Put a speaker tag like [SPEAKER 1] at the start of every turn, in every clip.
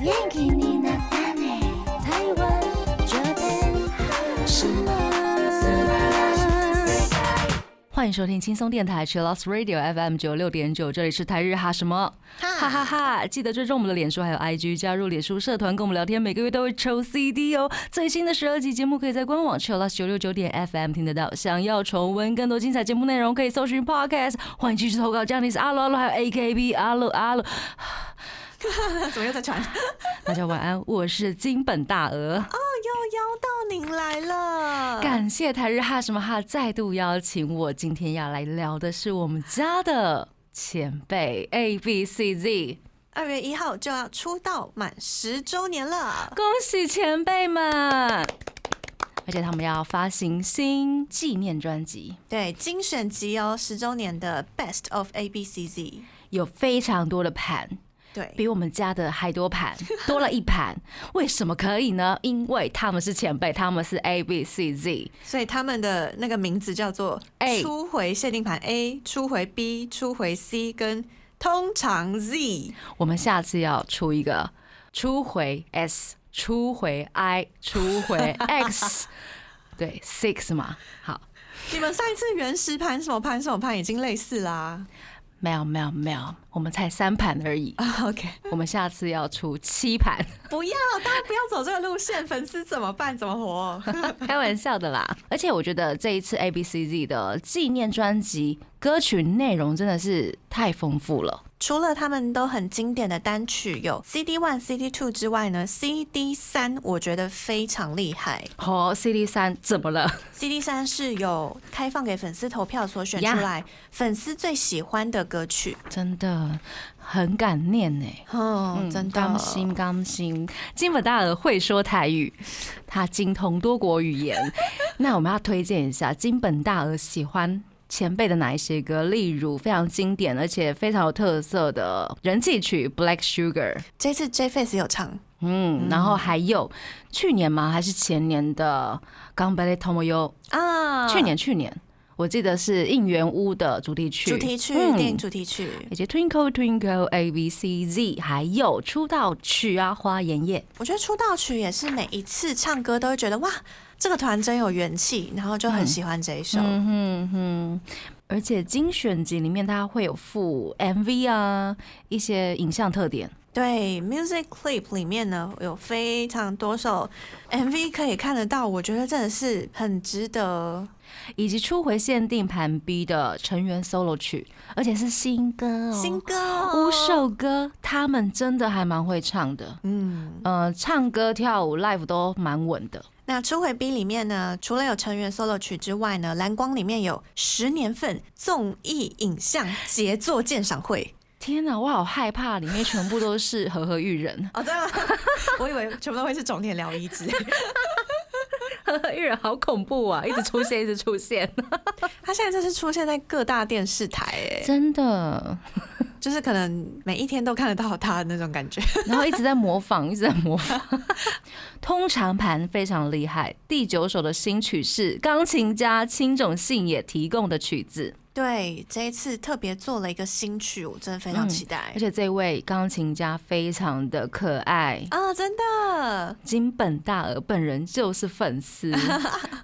[SPEAKER 1] 元気になったね台湾这边什么？
[SPEAKER 2] 欢迎收听轻松电台 c h i l l o s Radio FM 九六点九，这里是台日哈什么哈哈哈！记得追踪我们的脸书还有 IG，加入脸书社团跟我们聊天，每个月都会抽 CD 哦。最新的十二集节目可以在官网 c h i l l o s 九六九点 FM 听得到。想要重温更多精彩节目内容，可以搜寻 Podcast。欢迎继续投稿，这样你是阿鲁阿鲁还有 AKB 阿鲁阿鲁。
[SPEAKER 3] 怎么又在传？
[SPEAKER 2] 大家晚安，我是金本大鹅。
[SPEAKER 3] 又邀到您来了，
[SPEAKER 2] 感谢台日哈什么哈再度邀请我，今天要来聊的是我们家的前辈 A B C Z，
[SPEAKER 3] 二月一号就要出道满十周年了，
[SPEAKER 2] 恭喜前辈们！而且他们要发行新纪念专辑，
[SPEAKER 3] 对，精选集哦，十周年的 Best of A B C Z，
[SPEAKER 2] 有非常多的盘，
[SPEAKER 3] 对，
[SPEAKER 2] 比我们家的还多盘，多了一盘。为什么可以呢？因为他们是前辈，他们是 A B C Z。
[SPEAKER 3] 所以他们的那个名字叫做
[SPEAKER 2] A
[SPEAKER 3] 初回限定盘 A、初回 B、初回 C 跟通常 Z，
[SPEAKER 2] 我们下次要出一个初回 S、初回 I、初 回 X，对 six 嘛。好，
[SPEAKER 3] 你们上一次原始盘什么盘什么盘已经类似 啦、
[SPEAKER 2] 没有没有没有，我们才三盘而已。
[SPEAKER 3] 啊、，OK，
[SPEAKER 2] 我们下次要出七盘，
[SPEAKER 3] 不要，大家不要走这个路线，粉丝怎么办？怎么活？
[SPEAKER 2] 开玩笑的啦。而且我觉得这一次 A B C Z 的纪念专辑歌曲内容真的是太丰富了。
[SPEAKER 3] 除了他们都很经典的单曲有 CD One、CD Two 之外呢，CD 三我觉得非常厉害。
[SPEAKER 2] 好、c 哦 D 三怎么了？
[SPEAKER 3] CD 三是有开放给粉丝投票所选
[SPEAKER 2] 呀
[SPEAKER 3] 出来粉丝最喜欢的歌曲。
[SPEAKER 2] 真的很感念呢、
[SPEAKER 3] 哦，真的。
[SPEAKER 2] 甘嗯心甘心。金本大耳会说台语，他精通多国语言。 那我们要推荐一下金本大耳喜欢。前辈的哪一些歌？例如非常经典而且非常有特色的人气曲《Black Sugar》，
[SPEAKER 3] 这次 J Face 有唱，
[SPEAKER 2] 嗯，然后还有去年吗？还是前年的《冈贝雷 t o m o y o
[SPEAKER 3] 啊
[SPEAKER 2] 去年去年我记得是应援屋的主题曲，
[SPEAKER 3] 主题曲、
[SPEAKER 2] 嗯
[SPEAKER 3] 电影主题曲，
[SPEAKER 2] 以及 Twinkle Twinkle A B C Z，还有出道曲啊《花颜夜》。
[SPEAKER 3] 我觉得出道曲也是每一次唱歌都会觉得哇，这个团真有元气，然后就很喜欢这一首。
[SPEAKER 2] 嗯哼哼，而且精选集里面它会有附 MV 啊，一些影像特点。
[SPEAKER 3] 对，music clip 里面呢有非常多首 MV 可以看得到，我觉得真的是很值得。
[SPEAKER 2] 以及初回限定盘 B 的成员 solo 曲，而且是新歌哦，
[SPEAKER 3] 新歌哦
[SPEAKER 2] 五，首歌，他们真的还蛮会唱的，
[SPEAKER 3] 嗯，
[SPEAKER 2] 呃，唱歌跳舞 live 都蛮稳的。
[SPEAKER 3] 那初回 B 里面呢，除了有成员 solo 曲之外呢，蓝光里面有十年份综艺影像杰作鉴赏会。，
[SPEAKER 2] 天哪，我好害怕，里面全部都是和和玉人
[SPEAKER 3] 哦，真的吗？ 我以为全部都会是种田聊一之类的，
[SPEAKER 2] 和和玉人好恐怖啊，一直出现，一直出现，
[SPEAKER 3] 他现在就是出现在各大电视台，哎，
[SPEAKER 2] 真的。
[SPEAKER 3] 就是可能每一天都看得到他的那种感 觉。
[SPEAKER 2] 然后一直在模仿，一直在模仿。通常盘非常厉害。第九首的新曲是钢琴家青冢信也提供的曲子，
[SPEAKER 3] 对，这一次特别做了一个新曲，我真的非常
[SPEAKER 2] 嗯
[SPEAKER 3] 期待
[SPEAKER 2] 而。且这位钢琴家非常的可爱。
[SPEAKER 3] 啊，真的，
[SPEAKER 2] 金本大耳本人就是粉丝，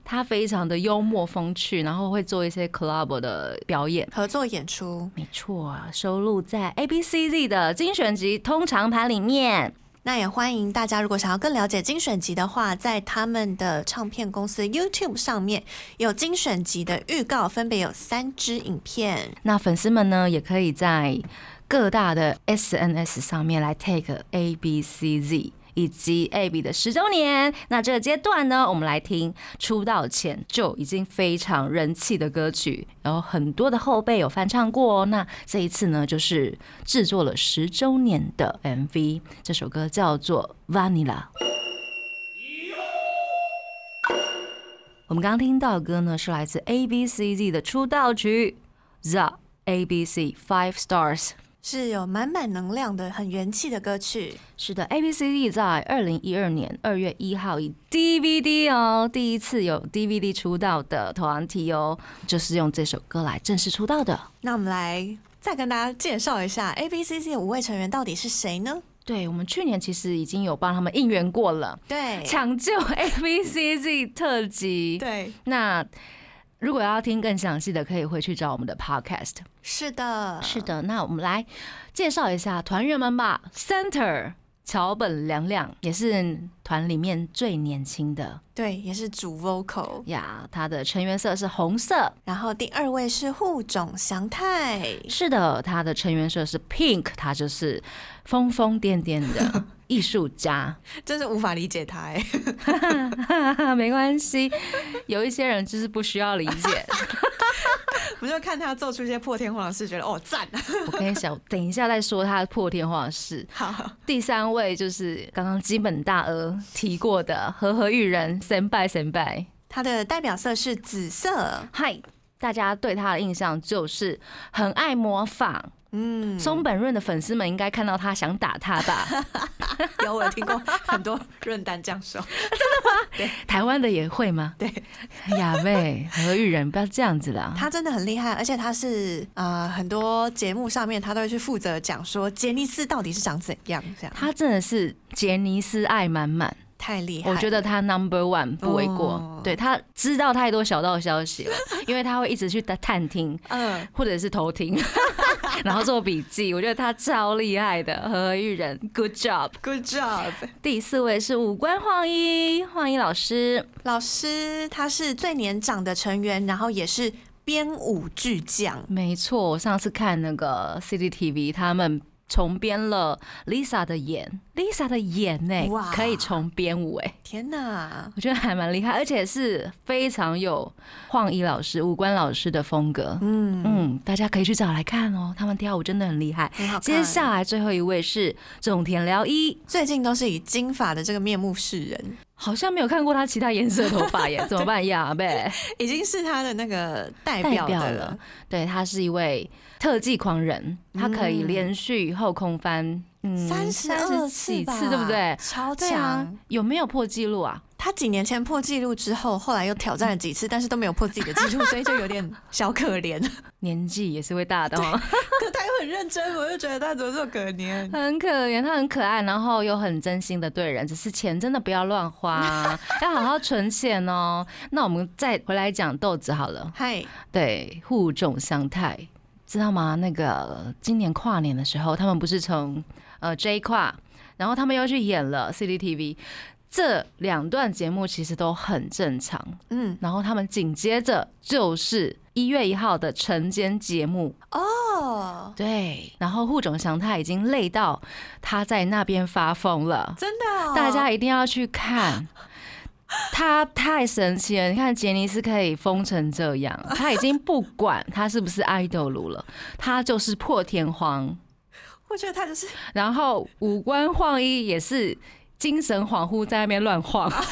[SPEAKER 2] 他非常的幽默风趣，然后会做一些 club 的表演。
[SPEAKER 3] 合作演出。
[SPEAKER 2] 没错啊，收录在 A B C Z 的精选集《通常盘》里面。
[SPEAKER 3] 那也欢迎大家，如果想要更了解精选集的话，在他们的唱片公司 YouTube 上面有精选集的预告，分别有三支影片。
[SPEAKER 2] 那粉丝们呢，也可以在各大的 SNS 上面来 take A B C Z 以及 A B 的十周年。那这个阶段呢，我们来听出道前就已经非常人气的歌曲，然后很多的后辈有翻唱过、哦。那这一次呢，就是制作了十周年的 MV，这首歌叫做《Vanilla》。我们刚刚听到的歌呢，是来自 A B C Z 的出道曲《The A B C Five Stars》。
[SPEAKER 3] 是有满满能量的、很元气的歌曲，
[SPEAKER 2] 是的，A B C D 在二零一二年二月一号以 DVD 哦，第一次有 DVD 出道的团体哦，就是用这首歌来正式出道的。
[SPEAKER 3] 那我们来再跟大家介绍一下 A B C C 五位成员到底是谁呢？
[SPEAKER 2] 对我们去年其实已经有帮他们应援过了，
[SPEAKER 3] 对，
[SPEAKER 2] 抢救 A B C Z 特辑。
[SPEAKER 3] 对，
[SPEAKER 2] 那如果要听更详细的，可以回去找我们的 podcast。
[SPEAKER 3] 是的，
[SPEAKER 2] 是的，那我们来介绍一下团员们吧。Center 桥本凉凉也是团里面最年轻的
[SPEAKER 3] 对，也是主 vocal。
[SPEAKER 2] 呀，他的成员色是红色。
[SPEAKER 3] 然后第二位是户冢祥太，
[SPEAKER 2] 是的，他的成员色是 pink，他就是疯疯癫癫的艺术家。
[SPEAKER 3] 真是无法理解他哎、
[SPEAKER 2] 没关系，有一些人就是不需要理解。
[SPEAKER 3] 我就看他做出一些破天荒的事，觉得哦赞，
[SPEAKER 2] 我跟你讲，等一下再说他的破天荒的事。
[SPEAKER 3] 好，
[SPEAKER 2] 第三位就是刚刚基本大鹅提过的和和玉人神拜神拜。
[SPEAKER 3] 他的代表色是紫色，
[SPEAKER 2] 嗨，大家对他的印象就是很爱模仿。
[SPEAKER 3] 嗯，
[SPEAKER 2] 松本润的粉丝们应该看到他想打他 吧？
[SPEAKER 3] 有我有听过很多润丹这样说，
[SPEAKER 2] 台湾的也会吗？
[SPEAKER 3] 对，
[SPEAKER 2] 雅妹何玉人不要这样子啦。
[SPEAKER 3] 他真的很厉害，而且他是呃很多节目上面他都会去负责讲说杰尼斯到底是长怎样，这样
[SPEAKER 2] 他真的是杰尼斯爱满满，
[SPEAKER 3] 太厉害，
[SPEAKER 2] 我觉
[SPEAKER 3] 得
[SPEAKER 2] 得他 number one 不为过。
[SPEAKER 3] 哦
[SPEAKER 2] 对他知道太多小道消息 了，因为他会一直去探听
[SPEAKER 3] 嗯、
[SPEAKER 2] 或者是偷 听，然后做笔记。我觉得他超厉害的，何玉人，good job。
[SPEAKER 3] g o o d job，
[SPEAKER 2] 第四位是五官晃一，晃一老师，
[SPEAKER 3] 老师他是最年长的成员，然后也是编舞巨匠，
[SPEAKER 2] 没错，我上次看那个 CCTV 他们。重编了 Lisa 的眼，Lisa 的眼呢、
[SPEAKER 3] 哇
[SPEAKER 2] 可以重编舞哎、
[SPEAKER 3] 天哪，
[SPEAKER 2] 我觉得还蛮厉害，而且是非常有晃一老师、五官老师的风格。
[SPEAKER 3] 嗯，
[SPEAKER 2] 嗯，大家可以去找来看哦，他们跳舞真的很厉害。
[SPEAKER 3] 很好看。
[SPEAKER 2] 接下来最后一位是种田辽一，
[SPEAKER 3] 最近都是以金发的这个面目示人，
[SPEAKER 2] 好像没有看过他其他颜色的头发 耶，怎么办呀？呗，
[SPEAKER 3] 已经是他的那个代
[SPEAKER 2] 代
[SPEAKER 3] 表
[SPEAKER 2] 表
[SPEAKER 3] 的
[SPEAKER 2] 了。对他是一位特技狂人，他可以连续后空翻，嗯，
[SPEAKER 3] 嗯三十二
[SPEAKER 2] 32
[SPEAKER 3] 次
[SPEAKER 2] 几
[SPEAKER 3] 吧，
[SPEAKER 2] 次，对不对？
[SPEAKER 3] 超
[SPEAKER 2] 对
[SPEAKER 3] 强、
[SPEAKER 2] 啊，有没有破纪录啊？
[SPEAKER 3] 他几年前破纪录之后，后来又挑战了几次，但是都没有破自己的 纪录，所以就有点小可怜。
[SPEAKER 2] 年纪也是会大的哦，
[SPEAKER 3] 可他又很认真，我就觉得他怎么这么可 怜？
[SPEAKER 2] 很可怜，他很可爱，然后又很真心的对人，只是钱真的不要乱 花，啊要好好存钱哦。那我们再回来讲豆子好了，
[SPEAKER 3] 嗨，
[SPEAKER 2] 对，互种相态，知道吗？那个今年跨年的时候，他们不是从呃 J 跨，然后他们又去演了 CCTV，这两段节目其实都很正常。
[SPEAKER 3] 嗯，
[SPEAKER 2] 然后他们紧接着就是一月一号的晨间节目，
[SPEAKER 3] 哦，
[SPEAKER 2] 对，然后互种祥太已经累到他在那边发疯了。
[SPEAKER 3] 真的哦、
[SPEAKER 2] 大家一定要去看。他太神奇了！你看杰尼斯可以疯成这样，他已经不管他是不是爱豆鲁了，他就是破天荒。
[SPEAKER 3] 我觉得他就是
[SPEAKER 2] 然后五官晃一也是精神恍惚，在那边乱晃，
[SPEAKER 3] 好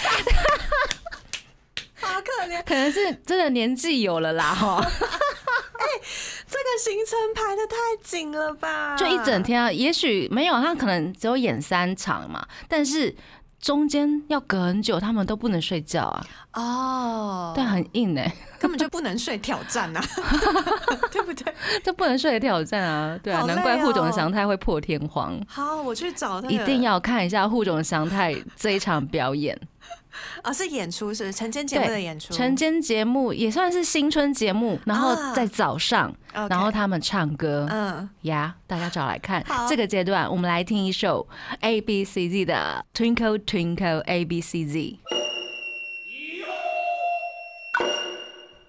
[SPEAKER 3] 可怜。
[SPEAKER 2] 可能是真的年纪有了啦哈，
[SPEAKER 3] 这个行程排的太紧了吧？
[SPEAKER 2] 就一整。天啊。也许没有他可能只有演三场嘛，但是中间要隔很久，他们都不能睡觉啊，
[SPEAKER 3] 哦，
[SPEAKER 2] 但很硬哎、
[SPEAKER 3] 根本就不能睡挑战 呐、 对不对？
[SPEAKER 2] 这不能睡的挑战 啊！对啊，
[SPEAKER 3] 好累
[SPEAKER 2] 难怪护
[SPEAKER 3] 哦
[SPEAKER 2] 种祥太会破天荒。
[SPEAKER 3] 好，我去找他、
[SPEAKER 2] 一定要看一下护种祥太 这一场表 演，
[SPEAKER 3] 啊！是演出是不是晨间节目的演出，
[SPEAKER 2] 晨间节目也算是新春节目，然
[SPEAKER 3] 啊
[SPEAKER 2] 后在早上，
[SPEAKER 3] OK
[SPEAKER 2] 然后他们唱歌
[SPEAKER 3] 嗯，
[SPEAKER 2] 呀大家找来看
[SPEAKER 3] 好。
[SPEAKER 2] 这个阶段，我们来听一首 A B C Z 的 Twinkle Twinkle A B C Z。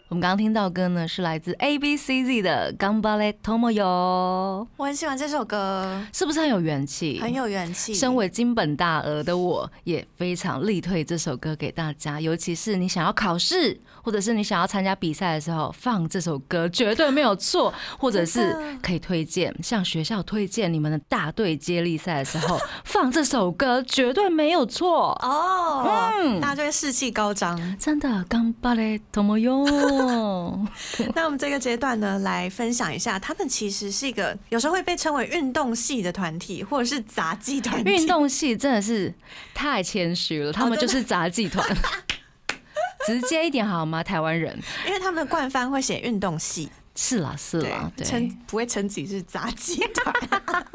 [SPEAKER 2] 我们刚刚听到歌呢，是来自 A B C Z 的《Gamballe Tomoyo》，
[SPEAKER 3] 我很喜欢这首歌，
[SPEAKER 2] 是不是很有元气？
[SPEAKER 3] 很有元气。
[SPEAKER 2] 身为金本大鹅的我，也非常力推这首歌给大家，尤其是你想要考试，或者是你想要参加比赛的时候，放这首歌绝对没有错，或者是可以推荐向学校推荐你们的大队接力赛的时 候，放这首歌绝对没有错。
[SPEAKER 3] 哦，
[SPEAKER 2] 嗯
[SPEAKER 3] 大家就会士气 高涨。
[SPEAKER 2] 真的，干巴嘞，怎么用？
[SPEAKER 3] 那我们这个阶段呢，来分享一下，他们其实是一个有时候会被称为运动系的团体，或者是杂技团 体。
[SPEAKER 2] 运动系真的是太谦虚了，他们就是杂技团。 直接一点好吗？台湾人
[SPEAKER 3] 因为他们的冠番会写运动系，
[SPEAKER 2] 是啊啦是啦，对，
[SPEAKER 3] 称不会称自己是杂技团。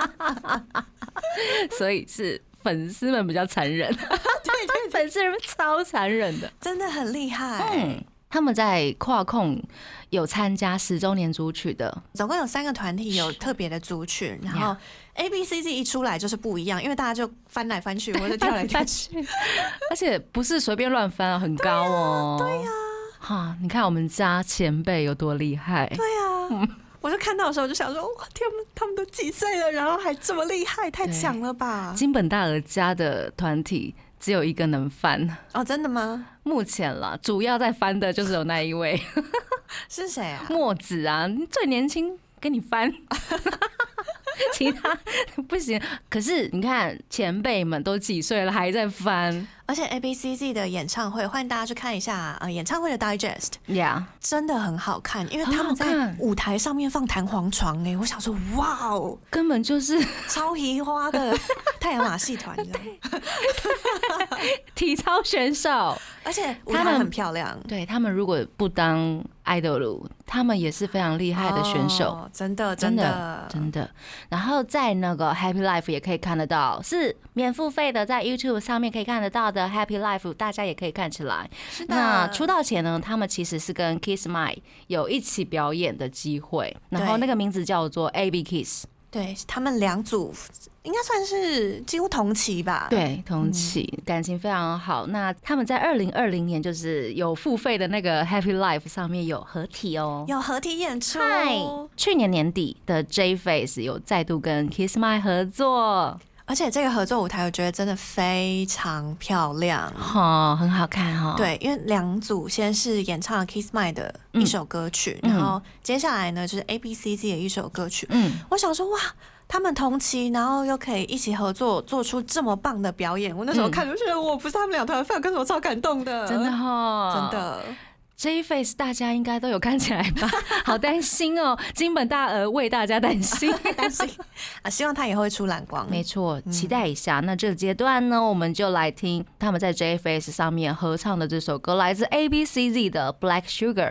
[SPEAKER 2] 所以是粉丝们比较残 忍，
[SPEAKER 3] 对对，
[SPEAKER 2] 粉丝们超残忍的。
[SPEAKER 3] 真的很厉害。
[SPEAKER 2] 嗯，他们在跨控有参加十周年组曲 的，
[SPEAKER 3] 总共有三个团体有特别的族群，然后 A B C D 一出来就是不一样，因为大家就翻来翻去或者跳来跳去。
[SPEAKER 2] 而且不是随便乱翻啊，很高哦。对呀、哈、你看我们家前辈有多厉害，
[SPEAKER 3] 对啊，我就看到的时候我就想说，哇，天，他们都几岁了，然后还这么厉害，太
[SPEAKER 2] 对
[SPEAKER 3] 强了吧？
[SPEAKER 2] 金本大鹅家的团体只有一个能翻，
[SPEAKER 3] 哦，真的吗？
[SPEAKER 2] 目前啦，主要在翻的就是有那一位
[SPEAKER 3] 是谁啊？
[SPEAKER 2] 墨子啊，你最年轻跟你翻。 其他 不行，可是你看前辈们都几岁了还在翻
[SPEAKER 3] 而且 A B C Z 的演唱会，欢迎大家去看一下，呃，演唱会的 Digest
[SPEAKER 2] 呀
[SPEAKER 3] 真的很好看，因为他们
[SPEAKER 2] 很好
[SPEAKER 3] 在
[SPEAKER 2] 看
[SPEAKER 3] 舞台上面放弹簧床、哎，我想说，哇哦，
[SPEAKER 2] 根本就是
[SPEAKER 3] 超移花的太阳马戏团，你知道吗？
[SPEAKER 2] 体操选手。
[SPEAKER 3] 而且舞
[SPEAKER 2] 他
[SPEAKER 3] 台
[SPEAKER 2] 们
[SPEAKER 3] 很漂亮，
[SPEAKER 2] 对他们如果不当 idol，他们也是非常厉害的选手，
[SPEAKER 3] 哦真的
[SPEAKER 2] 真
[SPEAKER 3] 真
[SPEAKER 2] 的
[SPEAKER 3] 的
[SPEAKER 2] 真的。然后在那个 Happy Life 也可以看得到，是免付费的，在 YouTube 上面可以看得到的 Happy Life，大家也可以看起来。
[SPEAKER 3] 是的。
[SPEAKER 2] 那出道前呢，他们其实是跟 Kiss My 有一起表演的机会，然后
[SPEAKER 3] 对
[SPEAKER 2] 那个名字叫做 A B Kiss，
[SPEAKER 3] 对他们两组应该算是几乎同期吧？，
[SPEAKER 2] 对，同期、嗯感情非常好。那他们在二零二零年就是有付费的那个 Happy Life 上面有合哦体哦，
[SPEAKER 3] 有合体演出。
[SPEAKER 2] 嗨，去年年底的 J Face 有再度跟 Kiss My 合作，
[SPEAKER 3] 而且这个合作舞台，我觉得真的非常漂亮。
[SPEAKER 2] 哦，很好看哦。，
[SPEAKER 3] 对，因为两组先是演唱了 Kiss My 的一首歌曲，
[SPEAKER 2] 嗯
[SPEAKER 3] 然后接下来呢就是 A B C Z 的一首歌曲。
[SPEAKER 2] 嗯，
[SPEAKER 3] 我想说哇，他们同期，然后又可以一起合作，做出这么棒的表演。我那时候
[SPEAKER 2] 嗯
[SPEAKER 3] 看就觉得，我不是他们两团的 fan，跟着我超感动的，
[SPEAKER 2] 真的哦，
[SPEAKER 3] 真。的。
[SPEAKER 2] J Face 大家应该都有看起来吧？好担心哦，金本大鹅为大家 担心。
[SPEAKER 3] 但是啊，希望他也会出蓝光。
[SPEAKER 2] 没错，期待一下。那这个阶段呢，我们就来听他们在 J Face 上面合唱的这首歌，来自 A B C Z 的《Black Sugar》。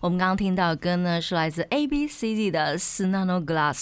[SPEAKER 2] 我们刚刚听到的歌呢，是来自 A B C Z 的《s n a n o Glass》。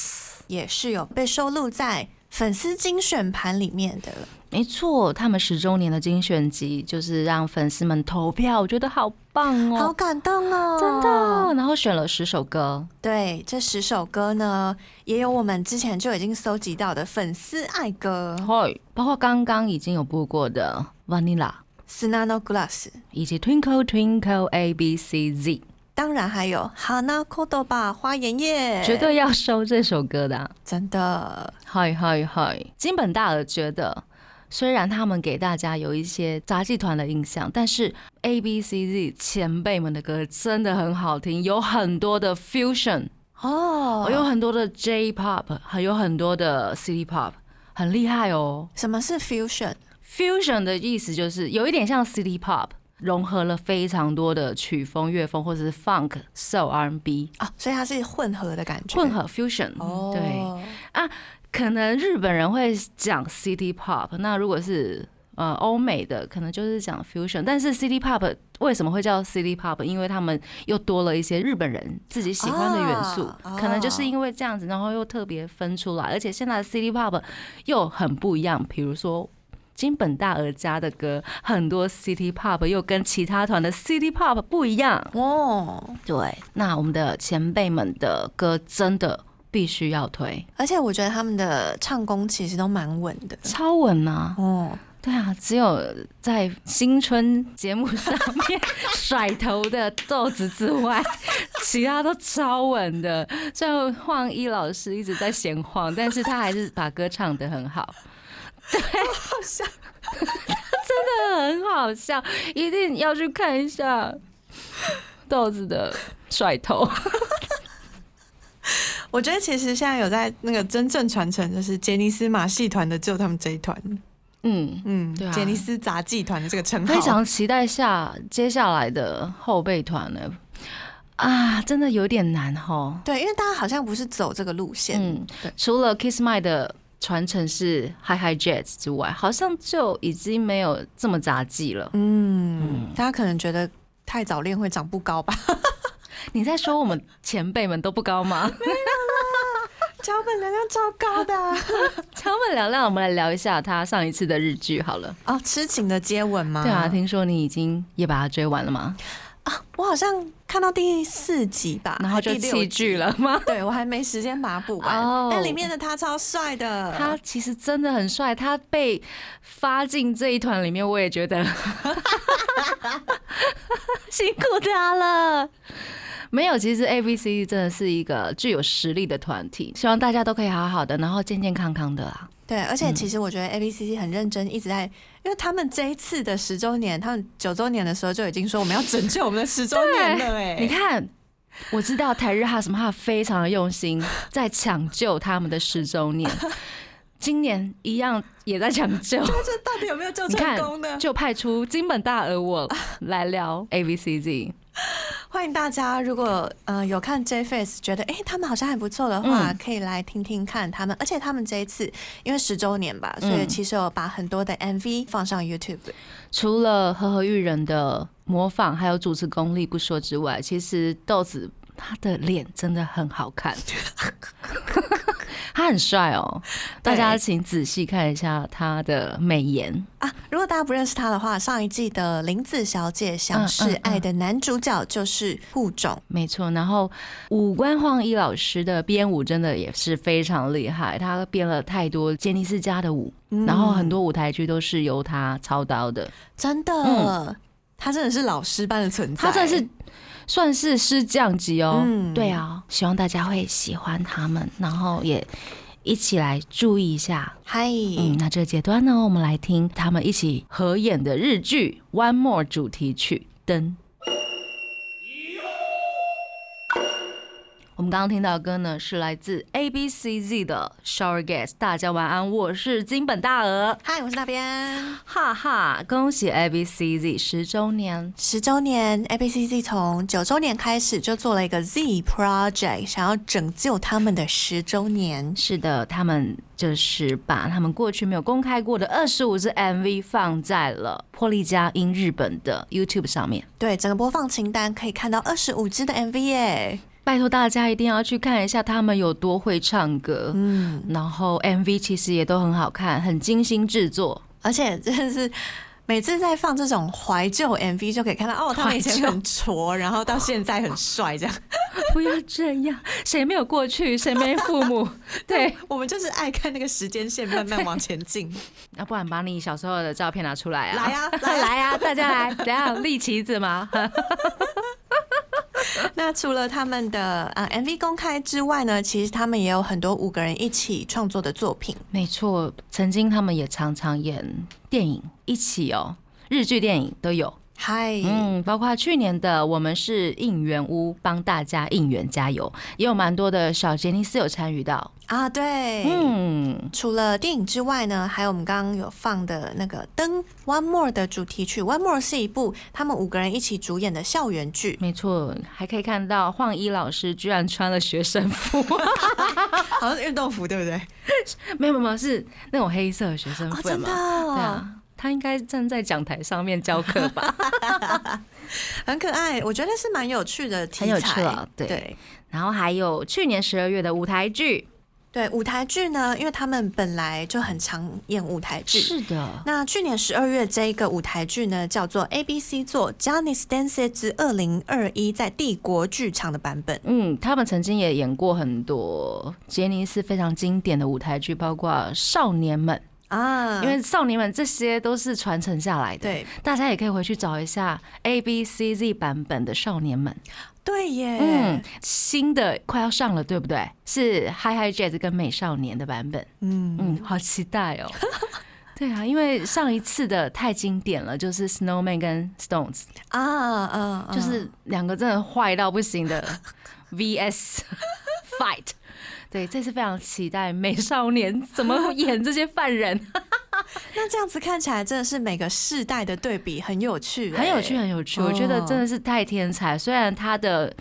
[SPEAKER 3] 也是有被收录在粉丝精选盘里面的。
[SPEAKER 2] 没错，他们十周年的精选集就是让粉丝们投票，我觉得好棒
[SPEAKER 3] 好
[SPEAKER 2] 哦，
[SPEAKER 3] 感动哦！
[SPEAKER 2] 真的。然后选了十首歌，
[SPEAKER 3] 对，这十首歌呢，也有我们之前就已经搜集到的粉丝爱歌《
[SPEAKER 2] 会包括刚刚已经有播过的《Vanilla》，
[SPEAKER 3] Snano Glass》，
[SPEAKER 2] 以及《Twinkle Twinkle A B C Z》，
[SPEAKER 3] 当然还有《Hana Kodoba》花妍叶，
[SPEAKER 2] 绝对要收这首歌的、啊。
[SPEAKER 3] 真的
[SPEAKER 2] 嗨嗨嗨！金本大鹅觉得，虽然他们给大家有一些杂技团的印象，但是 A B C Z 前辈们的歌真的很好听，有很多的 fusion，
[SPEAKER 3] 哦。
[SPEAKER 2] 有很多的 J pop，还有很多的 City pop，很厉害哦。
[SPEAKER 3] 什么是 fusion？
[SPEAKER 2] Fusion 的意思就是有一点像 City pop，融合了非常多的曲风、乐风或者是 funk、soul、R&B
[SPEAKER 3] 啊，所以它是混合的感觉。
[SPEAKER 2] 混合 fusion。
[SPEAKER 3] 哦，
[SPEAKER 2] 对。可能日本人会讲 City Pop，那如果是呃欧美的，可能就是讲 Fusion。但是 City Pop 为什么会叫 City Pop？因为他们又多了一些日本人自己喜欢的元素，
[SPEAKER 3] 啊
[SPEAKER 2] 可能就是因为这样子，然后又特别分出来。而且现在的 City Pop 又很不一样，比如说。金本大鹅家的歌很多 City Pop 又跟其他团的 City Pop 不一样，
[SPEAKER 3] 哦，
[SPEAKER 2] 对。那我们的前辈们的歌真的必须要推，
[SPEAKER 3] 而且我觉得他们的唱功其实都蛮稳的。
[SPEAKER 2] 超稳啊！
[SPEAKER 3] 哦，
[SPEAKER 2] 对啊，只有在新春节目上面 甩头的豆子之外，其他都超稳的。虽然晃一老师一直在闲晃，但是他还是把歌唱得很好。对， 好笑，真的很好笑，一定要去看一下豆子的甩头。
[SPEAKER 3] 我觉得其实现在有在那个真正传承，就是杰尼斯马戏团的，只有他们这一团，
[SPEAKER 2] 嗯，
[SPEAKER 3] 嗯，
[SPEAKER 2] 对啊
[SPEAKER 3] 杰尼斯杂技团的这个称号，
[SPEAKER 2] 非常期待下接下来的后备团呢。啊，真的有点难哦。
[SPEAKER 3] 对，因为大家好像不是走这个路线，
[SPEAKER 2] 嗯
[SPEAKER 3] 对，
[SPEAKER 2] 除了 Kiss My 的传承是 Hi Hi Jets 之外，好像就已经没有这么杂技了。
[SPEAKER 3] 嗯，大家可能觉得太早恋会长不高吧，
[SPEAKER 2] 你在说我们前辈们都不高吗？
[SPEAKER 3] 脚本流量超高的啊、
[SPEAKER 2] 桥本凉凉，我们来聊一下他上一次的日剧好了。
[SPEAKER 3] 哦，痴情的接吻吗？
[SPEAKER 2] 对啊，听说你已经也把它追完了吗？
[SPEAKER 3] 啊，我好像看到第四集吧，
[SPEAKER 2] 然后就
[SPEAKER 3] 还是第六
[SPEAKER 2] 弃
[SPEAKER 3] 集
[SPEAKER 2] 剧。了吗？
[SPEAKER 3] 对，我还没时间把它补完。
[SPEAKER 2] 哦
[SPEAKER 3] 但里面的他超帅的，
[SPEAKER 2] 他其实真的很帅，他被发进这一团里面，我也觉得 辛苦他了。没有，其实 A B C 真的是一个具有实力的团体，希望大家都可以好好的，然后健健康康的啊啦。
[SPEAKER 3] 对，而
[SPEAKER 2] 嗯
[SPEAKER 3] 且其实我觉得 A B C C 很认真，一直在，因为他们这一次的十周年，他们九周年的时候就已经说我们要拯救我们的十周年了，哎，
[SPEAKER 2] 你看，我知道台日哈什么哈非常的用心，在抢救他们的十周 年，今年一样也在抢救。
[SPEAKER 3] 这到底有没有救
[SPEAKER 2] 你
[SPEAKER 3] 成
[SPEAKER 2] 看
[SPEAKER 3] 功呢，？
[SPEAKER 2] 就派出金本大鹅我来聊 A B C Z。
[SPEAKER 3] 欢迎大家，如果呃有看 J Face，觉得哎、诶他们好像还不错的话，
[SPEAKER 2] 嗯
[SPEAKER 3] 可以来听听看他们。而且他们这一次因为十周年吧，所以
[SPEAKER 2] 嗯
[SPEAKER 3] 其实有把很多的 MV 放上 YouTube。
[SPEAKER 2] 除了和和玉人的模仿还有主持功力不说之外，其实豆子他的脸真的很好看，他很帅哦。大家请仔细看一下他的美颜。
[SPEAKER 3] 啊，如果大家不认识他的话，上一季的林子小姐《想
[SPEAKER 2] 嗯
[SPEAKER 3] 示爱》的男主角就是护种。
[SPEAKER 2] 没错，然后五官晃一老师的编舞真的也是非常厉害，他编了太多杰尼斯家的舞，
[SPEAKER 3] 嗯
[SPEAKER 2] 然后很多舞台剧都是由他操刀的，
[SPEAKER 3] 真的，
[SPEAKER 2] 嗯
[SPEAKER 3] 他真的是老师般的存在，
[SPEAKER 2] 他真的是算是师匠级哦。
[SPEAKER 3] 嗯
[SPEAKER 2] 对啊，希望大家会喜欢他们，然后也一起来注意一下。
[SPEAKER 3] 嗨。
[SPEAKER 2] 嗯，那这个阶段呢，我们来听他们一起合演的日剧《One More》主题曲《灯》。我们刚刚听到的歌呢，是来自 A B C Z 的《Shower Guest》。大家晚安，我是金本大鹅，
[SPEAKER 3] 嗨，我是那边。
[SPEAKER 2] 哈哈！恭喜 A B C Z 十周年，
[SPEAKER 3] 十周年，ABCZ 从九周年开始就做了一个 Z Project，想要拯救他们的十周年。
[SPEAKER 2] 是的，他们就是把他们过去没有公开过的二十五支 MV 放在了破例佳音日本的 YouTube 上面。
[SPEAKER 3] 对，整个播放清单可以看到二十五支的 MV 耶。
[SPEAKER 2] 拜托大家一定要去看一下他们有多会唱歌，
[SPEAKER 3] 嗯，
[SPEAKER 2] 然后 MV 其实也都很好看，很精心制作。
[SPEAKER 3] 而且真的是每次在放这种怀旧 MV，就可以看到哦，他们以前
[SPEAKER 2] 怀旧
[SPEAKER 3] 很挫，然后到现在很帅，这样。
[SPEAKER 2] 不要这样，谁没有过去，谁没父 母？对，
[SPEAKER 3] 我们就是爱看那个时间线慢慢往前进。
[SPEAKER 2] 要不然把你小时候的照片拿出来啊！
[SPEAKER 3] 来啊来
[SPEAKER 2] 来
[SPEAKER 3] 啊
[SPEAKER 2] 来啊！大家来，怎样立旗子吗？
[SPEAKER 3] 那除了他们的呃 MV 公开之外呢，其实他们也有很多五个人一起创作的作品。
[SPEAKER 2] 没错，曾经他们也常常演电影，一起哦，日剧、电影都有。
[SPEAKER 3] 嗨、
[SPEAKER 2] 嗯，包括去年的我们是应援屋，帮大家应援加油，也有蛮多的小杰尼斯有参与到。
[SPEAKER 3] 啊，对，
[SPEAKER 2] 嗯，
[SPEAKER 3] 除了电影之外呢，还有我们刚刚有放的那个《灯 One More》的主题曲，《One More》是一部他们五个人一起主演的校园剧，
[SPEAKER 2] 没错，还可以看到晃一老师居然穿了学生服，
[SPEAKER 3] 好像是运动服，对不对？
[SPEAKER 2] 没有没有没有，是那种黑色的学生
[SPEAKER 3] 哦，
[SPEAKER 2] 服
[SPEAKER 3] 真的
[SPEAKER 2] 嘛？对
[SPEAKER 3] 哦，
[SPEAKER 2] 啊，他应该站在讲台上面教课吧。
[SPEAKER 3] 很可爱，我觉得是蛮有趣的题材，
[SPEAKER 2] 很有趣啊对
[SPEAKER 3] 对
[SPEAKER 2] 然后还有去年十二月的舞台剧，
[SPEAKER 3] 对舞台剧呢，因为他们本来就很常演舞台剧。
[SPEAKER 2] 的，
[SPEAKER 3] 那去年十二月这一个舞台剧呢，叫做 A B C 做 Johnny s t a n c e 之二零二一在帝国剧场的版本。
[SPEAKER 2] 嗯，他们曾经也演过很多杰尼斯非常经典的舞台剧，包括《少年们》。
[SPEAKER 3] 啊，
[SPEAKER 2] 因为少年们这些都是传承下来的，，
[SPEAKER 3] 对
[SPEAKER 2] 大家也可以回去找一下 A B C Z 版本的少年们，
[SPEAKER 3] 对耶，
[SPEAKER 2] 嗯，新的快要上了，对不对？是 Hi Hi Jazz 跟美少年的版本，
[SPEAKER 3] 嗯
[SPEAKER 2] 嗯，好期待 哦。对啊，因为上一次的太经典了，就是 Snowman 跟 Stones，
[SPEAKER 3] 啊啊，啊
[SPEAKER 2] 就是两个真的坏到不行的 VS fight。对，这次非常期待美少年怎么演这些犯 人。
[SPEAKER 3] 那这样子看起来真的是每个世代的对比很有趣、欸
[SPEAKER 2] 很有趣，。很有趣。我觉得真的是太天才。虽然他的，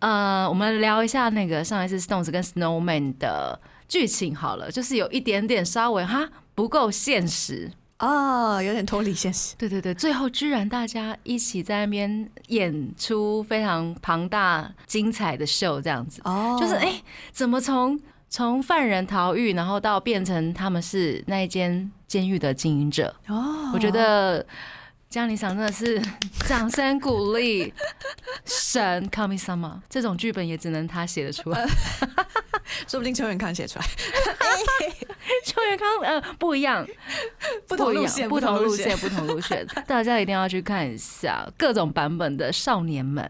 [SPEAKER 2] 呃，我们聊一下那个上一次 Stones 跟 Snowman 的剧情好了，就是有一点点稍微哈不够现实。
[SPEAKER 3] 哦，有点脱离 现实。
[SPEAKER 2] 对对对，最后居然大家一起在那边演出非常庞大精彩的秀，这样子，
[SPEAKER 3] 哦
[SPEAKER 2] 就是哎、怎么从从犯人逃狱，然后到变成他们是那一间监狱的经营者。
[SPEAKER 3] 哦
[SPEAKER 2] 我觉得江林赏真的是 掌声鼓励，神 Come Summer 这种剧本也只能他写得出
[SPEAKER 3] 呃
[SPEAKER 2] 来。
[SPEAKER 3] 说不定邱元康写出来，
[SPEAKER 2] 邱元康呃不一样，
[SPEAKER 3] 不同
[SPEAKER 2] 一
[SPEAKER 3] 路
[SPEAKER 2] 样
[SPEAKER 3] 线，
[SPEAKER 2] 不同
[SPEAKER 3] 路
[SPEAKER 2] 路。线，不同路线， 大家一定要去看一下各种版本的《少年们》。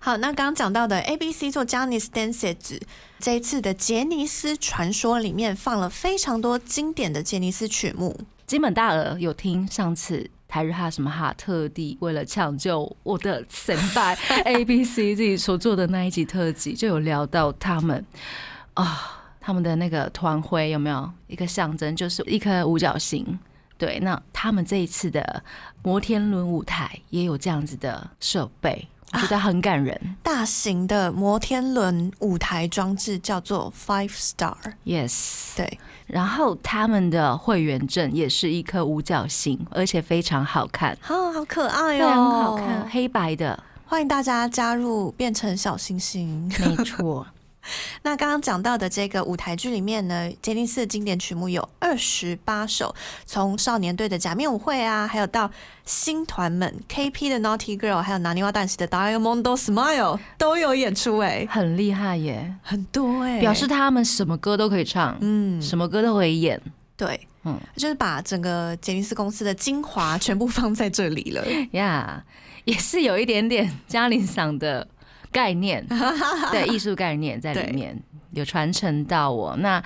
[SPEAKER 3] 好，那刚刚讲到的 A B C 做 Johnny Stansage 这一次的杰尼斯传说里面放了非常多经典的杰尼斯曲目，
[SPEAKER 2] 金本大鹅有听上次台日哈什么哈特地为了抢救我的神拜 A B C Z 所做的那一集特辑，就有聊到他们啊、他们的那个团徽有没有一个象征，就是一颗五角星。对，那他们这一次的摩天轮舞台也有这样子的设备，我觉得很感人。
[SPEAKER 3] 大型的摩天轮舞台装置叫做 Five Star，
[SPEAKER 2] yes，
[SPEAKER 3] 对，
[SPEAKER 2] 然后他们的会员证也是一颗五角星，而且非常好看，
[SPEAKER 3] 啊，好可爱
[SPEAKER 2] 非
[SPEAKER 3] 哦，
[SPEAKER 2] 常好看，，黑白的，
[SPEAKER 3] 欢迎大家加入变成小星星。
[SPEAKER 2] 没错。
[SPEAKER 3] 那刚刚讲到的这个舞台剧里面呢，杰尼斯的经典曲目有二十八首，从少年队的假面舞会啊，还有到新团们 KP 的 Naughty Girl，还有拿尼瓦旦西的 Diamond Smile 都有演出哎、
[SPEAKER 2] 很厉害耶，
[SPEAKER 3] 很多哎、
[SPEAKER 2] 表示他们什么歌都可以唱，
[SPEAKER 3] 嗯
[SPEAKER 2] 什么歌都可以演。
[SPEAKER 3] 对，
[SPEAKER 2] 嗯
[SPEAKER 3] 就是把整个杰尼斯公司的精华全部放在这里了。
[SPEAKER 2] 呀也是有一点点嘉玲嗓的概念，对艺术概念在里面有传承到我。那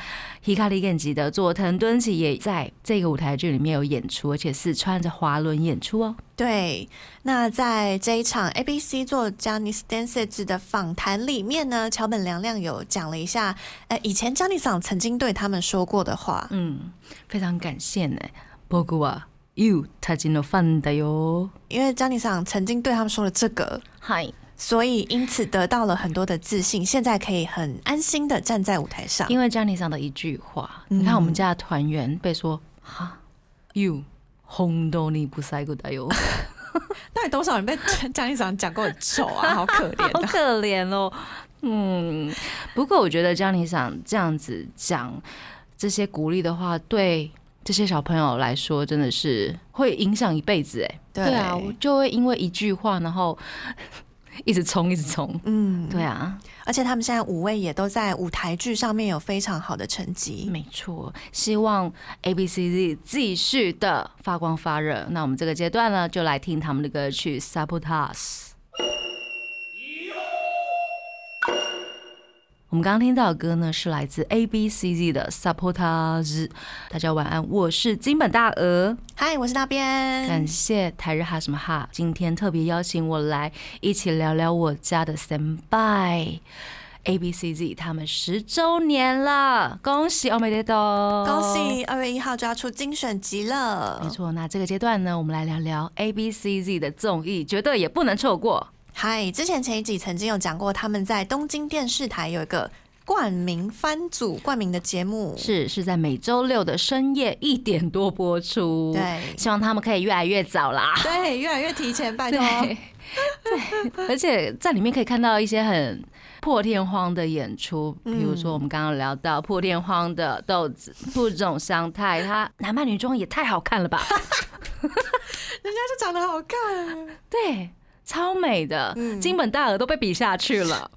[SPEAKER 2] Hikari Genji 的佐藤敦起也在这个舞台剧里面有演出，而且是穿着滑轮演出哦。
[SPEAKER 3] 对，那在这一场 ABC 做 Johnny Stansage 的访谈里面呢，桥本良亮有讲了一下，呃，以前 Johnny 桑曾经对他们说过的话。
[SPEAKER 2] 嗯，非常感谢呢，波古啊，You 他进了饭的哟。
[SPEAKER 3] 因为 Johnny 桑曾经对他们说了这个，
[SPEAKER 2] 嗨，
[SPEAKER 3] 所以因此得到了很多的自信，现在可以很安心的站在舞台上。
[SPEAKER 2] 因为 Johnny 上的一句话，
[SPEAKER 3] 嗯
[SPEAKER 2] 你看我们家的团员被说哈，you 红豆你不塞过的哟，
[SPEAKER 3] 到底多少人被 Johnny 桑讲过很丑啊，好可怜
[SPEAKER 2] 好可怜哦。嗯，不过我觉得 Johnny 上这样子讲这些鼓励的话，对这些小朋友来说真的是会影响一辈子哎。
[SPEAKER 3] 对
[SPEAKER 2] 对啊，我就会因为一句话，然后 一直冲，一直冲。
[SPEAKER 3] 嗯，
[SPEAKER 2] 对啊，
[SPEAKER 3] 而且他们现在五位也都在舞台剧上面有非常好的成绩。
[SPEAKER 2] 没错，希望 A B C Z 继续的发光发热。那我们这个阶段呢，就来听他们的歌曲《Sabotage》。我们刚刚听到的歌呢，是来自 A B C Z 的《Sabotage》。大家晚安，我是金本大鹅。
[SPEAKER 3] 嗨，我是那边，
[SPEAKER 2] 感谢台日哈什么哈，今天特别邀请我来一起聊聊我家的 senpai。A B C Z 他们十周年了，恭喜欧美得多，
[SPEAKER 3] 恭！喜二月一号就要出精选集了。
[SPEAKER 2] 哦没错，那这个阶段呢，我们来聊聊 A B C Z 的综艺，绝对也不能错过。
[SPEAKER 3] 嗨，之前前一集曾经有讲过，他们在东京电视台有一个冠名番组冠名的节目，
[SPEAKER 2] 是是在每周六的深夜一点多播出，，
[SPEAKER 3] 对
[SPEAKER 2] 希望他们可以越来越早啦。
[SPEAKER 3] 对，越来越提前，拜
[SPEAKER 2] 对
[SPEAKER 3] 托。
[SPEAKER 2] 对， 而且在里面可以看到一些很破天荒的演出，比如说我们刚刚聊到破天荒的豆子不种香太，她男扮女装也太好看了 吧？
[SPEAKER 3] 人家就长得好看，
[SPEAKER 2] 对，超美的
[SPEAKER 3] 嗯，
[SPEAKER 2] 金本大鹅都被比下去 了。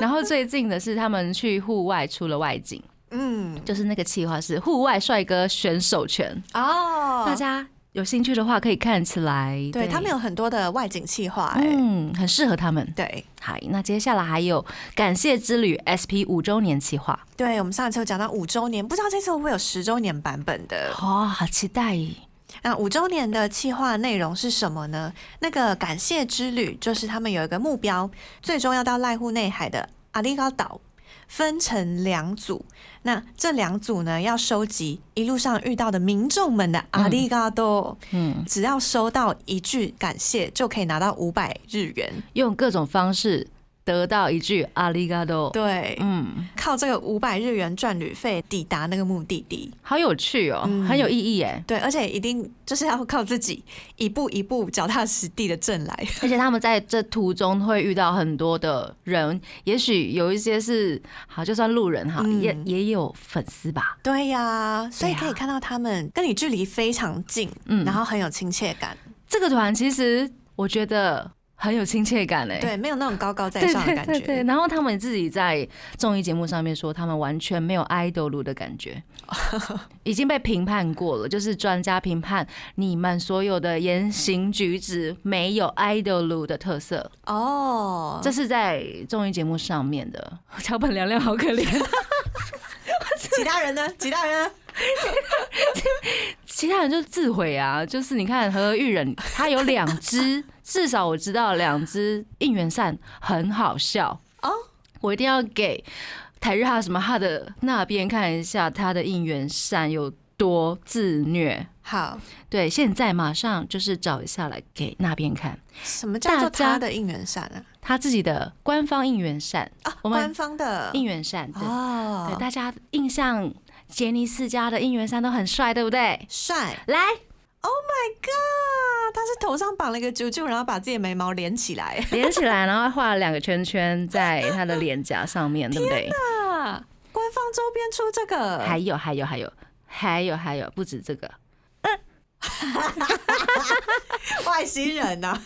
[SPEAKER 2] 然后最近的是他们去户外出了外景，
[SPEAKER 3] 嗯，
[SPEAKER 2] 就是那个计划是户外帅哥选手权，
[SPEAKER 3] 哦，
[SPEAKER 2] 大家有兴趣的话可以看起来，
[SPEAKER 3] 对他们有很多的外景企划，哎，
[SPEAKER 2] 嗯，很适合他们。
[SPEAKER 3] 对。
[SPEAKER 2] 好，那接下来还有感谢之旅 SP 五周年企划，
[SPEAKER 3] 对，我们上一次有讲到五周年，不知道这次会不会有十周年版本的？
[SPEAKER 2] 哇、好期待！
[SPEAKER 3] 那五周年的企划内容是什么呢？那个感谢之旅就是他们有一个目标，最终要到濑户内海的阿里高岛，分成两组。那这两组呢，要收集一路上遇到的民众们的阿里高多，
[SPEAKER 2] 嗯，
[SPEAKER 3] 只要收到一句感谢，就可以拿到五百日元。
[SPEAKER 2] 用各种方式得到一句阿里嘎多。
[SPEAKER 3] 对，
[SPEAKER 2] 嗯，
[SPEAKER 3] 靠这个五百日元赚旅费抵达那个目的地。
[SPEAKER 2] 好有趣哦，
[SPEAKER 3] 嗯
[SPEAKER 2] 很有意义 哎。
[SPEAKER 3] 对，而且一定就是要靠自己一步一步脚踏实地的挣来。
[SPEAKER 2] 而且他们在这途中会遇到很多的人，也许有一些是好，就算路人哈，
[SPEAKER 3] 嗯
[SPEAKER 2] 也也有粉丝吧。
[SPEAKER 3] 对呀、所以
[SPEAKER 2] 对啊
[SPEAKER 3] 可以看到他们跟你距离非常近，
[SPEAKER 2] 嗯，
[SPEAKER 3] 然后很有亲切感。
[SPEAKER 2] 这个团其实我觉得很有亲切感哎、
[SPEAKER 3] 对，没有那种高高在
[SPEAKER 2] 对
[SPEAKER 3] 上的感
[SPEAKER 2] 对对对，
[SPEAKER 3] 觉。
[SPEAKER 2] 然后他们自己在综艺节目上面说，他们完全没有 idol 的感 觉，已经被评判过了，就是专家评判你们所有的言行举止没有 idol 的特色，
[SPEAKER 3] 哦，
[SPEAKER 2] 这是在综艺节目上面的。 桥本凉凉好可 怜，
[SPEAKER 3] 其 他人呢？其他人呢？
[SPEAKER 2] 其他人就自毁啊，就是你看何玉忍，他有两只，至少我知道两只应援扇很好笑
[SPEAKER 3] 哦
[SPEAKER 2] 我一定要给台日哈什么哈的那边看一下他的应援扇有多自虐。
[SPEAKER 3] 好，
[SPEAKER 2] 对，现在马上就是找一下来给那边看
[SPEAKER 3] 什么叫做
[SPEAKER 2] 大家
[SPEAKER 3] 他的应援扇啊？
[SPEAKER 2] 他自己的官方应援扇，
[SPEAKER 3] 啊，
[SPEAKER 2] 我们
[SPEAKER 3] 官方的
[SPEAKER 2] 应援扇对、对，
[SPEAKER 3] 哦，
[SPEAKER 2] 大家印象杰尼斯家的应援扇都很帅，对不对？
[SPEAKER 3] 帅 Oh
[SPEAKER 2] 来，
[SPEAKER 3] ！My God，他是头上绑了一个啾啾，然后把自己的眉毛连起来。
[SPEAKER 2] 连起来，然后画了两个圈圈在他的脸颊上面，对不对？
[SPEAKER 3] 啊，官方周边出这个，
[SPEAKER 2] 还有还有还有还有还有，不止这个，
[SPEAKER 3] 外星人啊呐、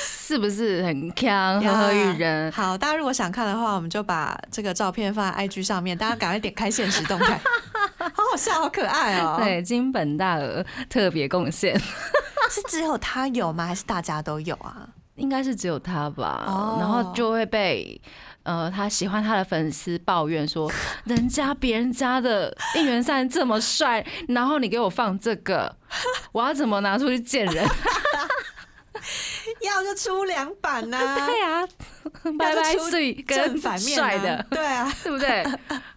[SPEAKER 2] 是不是很强？呵呵
[SPEAKER 3] 呀
[SPEAKER 2] 育人，
[SPEAKER 3] 啊好，大家如果想看的话，我们就把这个照片放在 IG 上面，大家赶快点开现实动态，好好笑，好可爱哦。，
[SPEAKER 2] 对，金本大鹅特别贡献，
[SPEAKER 3] 是只有他有吗？还是大家都有啊？
[SPEAKER 2] 应该是只有他吧。
[SPEAKER 3] 哦
[SPEAKER 2] 然后就会被呃他喜欢他的粉丝抱怨 说，人家别人家的应援扇这么帅，然后你给我放这个，我要怎么拿出去见人？
[SPEAKER 3] 要就出两版 呐、
[SPEAKER 2] 对啊，拜拜
[SPEAKER 3] 出
[SPEAKER 2] 碎
[SPEAKER 3] 正
[SPEAKER 2] 跟
[SPEAKER 3] 反面、啊、
[SPEAKER 2] 帅的。
[SPEAKER 3] 对 啊，
[SPEAKER 2] 对不 对？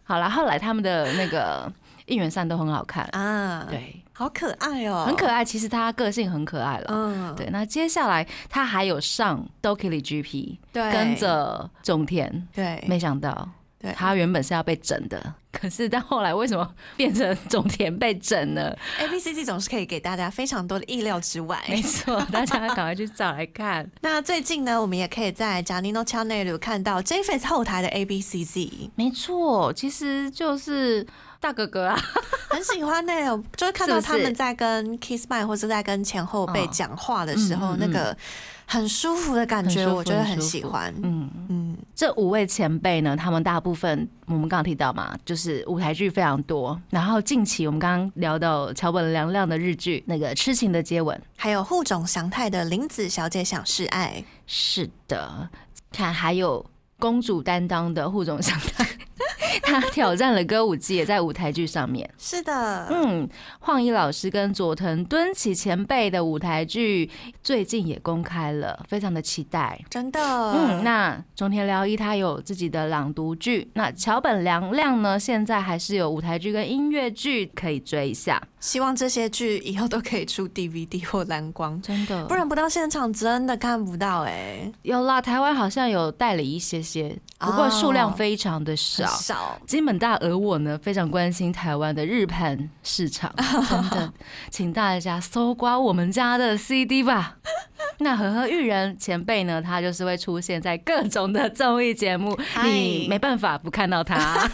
[SPEAKER 2] 好啦，后来他们的那个应援扇都很好看，
[SPEAKER 3] 啊，，
[SPEAKER 2] 对，
[SPEAKER 3] 好可爱哦，
[SPEAKER 2] 很可，爱。其实他个性很可爱了。
[SPEAKER 3] 嗯，
[SPEAKER 2] 对，那接下来他还有上 Dokili GP，
[SPEAKER 3] 对，
[SPEAKER 2] 跟，着种田，
[SPEAKER 3] 对，
[SPEAKER 2] 没想到
[SPEAKER 3] 对
[SPEAKER 2] 他原本是要被整的， 可是到后来为什么变成种田被整 了？
[SPEAKER 3] A B C C 总是可以给大家非常多的意料之外。
[SPEAKER 2] 没 错，大家赶快去找来看。
[SPEAKER 3] 那最近呢，我们也可以在 Janino Channel 看到 JFS 后台的 A B C C，
[SPEAKER 2] 没错，其实就是大哥哥啊，
[SPEAKER 3] 很喜欢呢、我就是看到
[SPEAKER 2] 是不
[SPEAKER 3] 他
[SPEAKER 2] 是
[SPEAKER 3] 们在跟 Kiss My 或是在跟前后辈
[SPEAKER 2] 嗯
[SPEAKER 3] 讲话的时
[SPEAKER 2] 嗯
[SPEAKER 3] 候，
[SPEAKER 2] 嗯嗯
[SPEAKER 3] 那个很舒服的感
[SPEAKER 2] 很
[SPEAKER 3] 觉，
[SPEAKER 2] 舒服
[SPEAKER 3] 我觉得
[SPEAKER 2] 很
[SPEAKER 3] 很
[SPEAKER 2] 舒
[SPEAKER 3] 喜
[SPEAKER 2] 服
[SPEAKER 3] 欢。
[SPEAKER 2] 嗯。
[SPEAKER 3] 嗯，
[SPEAKER 2] 这五位前辈呢，他们大部分我们刚刚提到嘛，就是舞台剧非常多。然后近期我们刚刚聊到桥本凉亮的日剧那个《痴情的接吻》，
[SPEAKER 3] 还有护种祥太的林子小姐想示爱，
[SPEAKER 2] 是的，看还有公主担当的护总相太，她挑战了歌舞伎，也在舞台剧上面。
[SPEAKER 3] 是的，
[SPEAKER 2] 嗯，晃一老师跟佐藤敦起前辈的舞台剧最近也公开了，非常的期待。
[SPEAKER 3] 真的，
[SPEAKER 2] 嗯，那中田辽一他有自己的朗读剧，那桥本良亮呢，现在还是有舞台剧跟音乐剧可以追一下，
[SPEAKER 3] 希望这些剧以后都可以出 DVD 或蓝光，
[SPEAKER 2] 真的。
[SPEAKER 3] 不然不到现场真的看不到哎、
[SPEAKER 2] 有啦，台湾好像有代理一些些，不过数量非常的少。
[SPEAKER 3] 很少。
[SPEAKER 2] 金本大而我呢，非常关心台湾的日盘市场， 真的，请大家搜刮我们家的 CD 吧。那和和玉人前辈呢，他就是会出现在各种的综艺节目，
[SPEAKER 3] 嗨
[SPEAKER 2] 你没办法不看到他。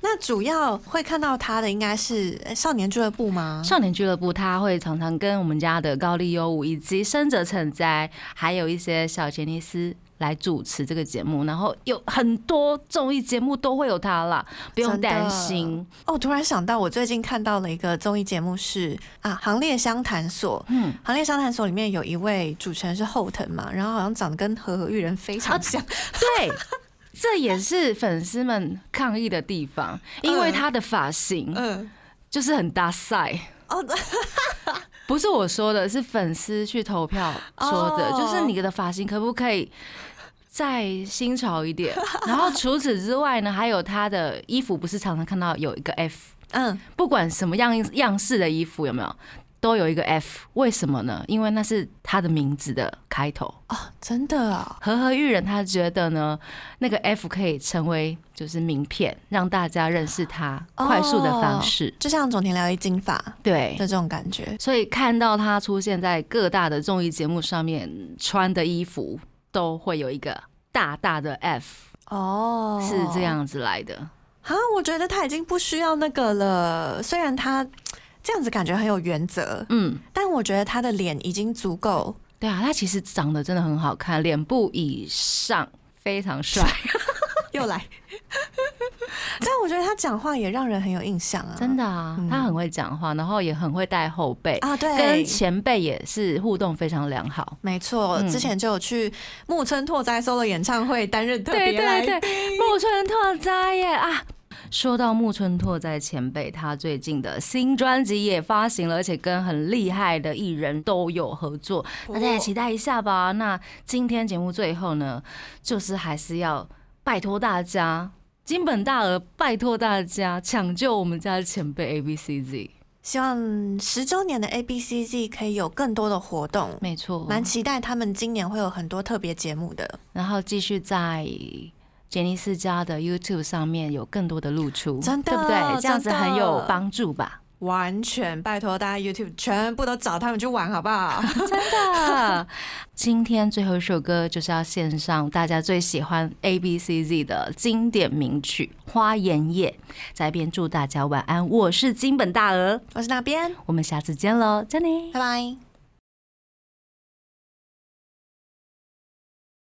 [SPEAKER 3] 那主要会看到他的应该是呃少年俱乐部吗？
[SPEAKER 2] 少年俱乐部，他会常常跟我们家的高丽优舞以及生者成哉，还有一些小杰尼斯来主持这个节目，然后有很多综艺节目都会有他啦，不用
[SPEAKER 3] 真的
[SPEAKER 2] 担心。
[SPEAKER 3] 哦，突然想到，我最近看到了一个综艺节目是啊，《行列相谈所》。嗯，《行列相谈所》里面有一位主持人是后藤嘛，然后好像长得跟和和玉人非常像。
[SPEAKER 2] 对，这也是粉丝们抗议的地 方，因为
[SPEAKER 3] 嗯
[SPEAKER 2] 他的发型
[SPEAKER 3] 嗯，
[SPEAKER 2] 就是很搭赛。
[SPEAKER 3] 哦，
[SPEAKER 2] 不是我说的，是粉丝去投票说的，
[SPEAKER 3] 哦
[SPEAKER 2] 就是你的发型可不可以再新潮一 点？然后除此之外呢，还有他的衣服，不是常常看到有一个 F，
[SPEAKER 3] 嗯，
[SPEAKER 2] 不管什么样样式的衣服有没有，都有一个 F，为什么呢？因为那是他的名字的开头。
[SPEAKER 3] 哦，真的啊、
[SPEAKER 2] 和和玉人他觉得呢，那个 F 可以成为就是名片，让大家认识他
[SPEAKER 3] 哦
[SPEAKER 2] 快速的方式。
[SPEAKER 3] 就像总田疗一金发
[SPEAKER 2] 对
[SPEAKER 3] 的，这种感觉。
[SPEAKER 2] 所以看到他出现在各大的综艺节目上面穿的衣服，都会有一个大大的 F，
[SPEAKER 3] 哦，
[SPEAKER 2] 是这样子来的。
[SPEAKER 3] 啊，我觉得他已经不需要那个了。虽然他这样子感觉很有原则，
[SPEAKER 2] 嗯，
[SPEAKER 3] 但我觉得他的脸已经足够。
[SPEAKER 2] 对啊，他其实长得真的很好看，脸部以上非常帅，
[SPEAKER 3] 又 来，但我觉得他讲话也让人很有印象啊，
[SPEAKER 2] 真的啊，他很会讲话，然后也很会带后辈。
[SPEAKER 3] 啊，
[SPEAKER 2] 跟
[SPEAKER 3] 对。
[SPEAKER 2] 前辈也是互动非常良好，
[SPEAKER 3] 没错，
[SPEAKER 2] 嗯
[SPEAKER 3] 之前就有去木村拓哉 solo 演唱会担任特
[SPEAKER 2] 对
[SPEAKER 3] 别来
[SPEAKER 2] 对对，木村拓哉耶啊！说到木村拓哉前辈，他最近的新专辑也发行了，而且跟很厉害的艺人都有合作，
[SPEAKER 3] 哦
[SPEAKER 2] 大家也期待一下吧。那今天节目最后呢，就是还是要拜托大家，金本大鹅拜托大家抢救我们家的前辈 A B C Z。
[SPEAKER 3] 希望十周年的 A B C Z 可以有更多的活动，
[SPEAKER 2] 没错，
[SPEAKER 3] 蛮期待他们今年会有很多特别节目的。
[SPEAKER 2] 然后继续在杰尼斯家的 YouTube 上面有更多的露出，
[SPEAKER 3] 真的
[SPEAKER 2] 对不对？这样子
[SPEAKER 3] 真的
[SPEAKER 2] 很有帮助吧。
[SPEAKER 3] 完全拜托大家 YouTube 全部都找他们去玩好不好？
[SPEAKER 2] 的。今天最后一首歌就是要献上大家最喜欢 A B C Z 的经典名曲《花颜夜》。在这边祝大家晚安，我是金本大鹅，
[SPEAKER 3] 我是那边，
[SPEAKER 2] 我们下次见喽，珍妮。
[SPEAKER 3] 拜拜。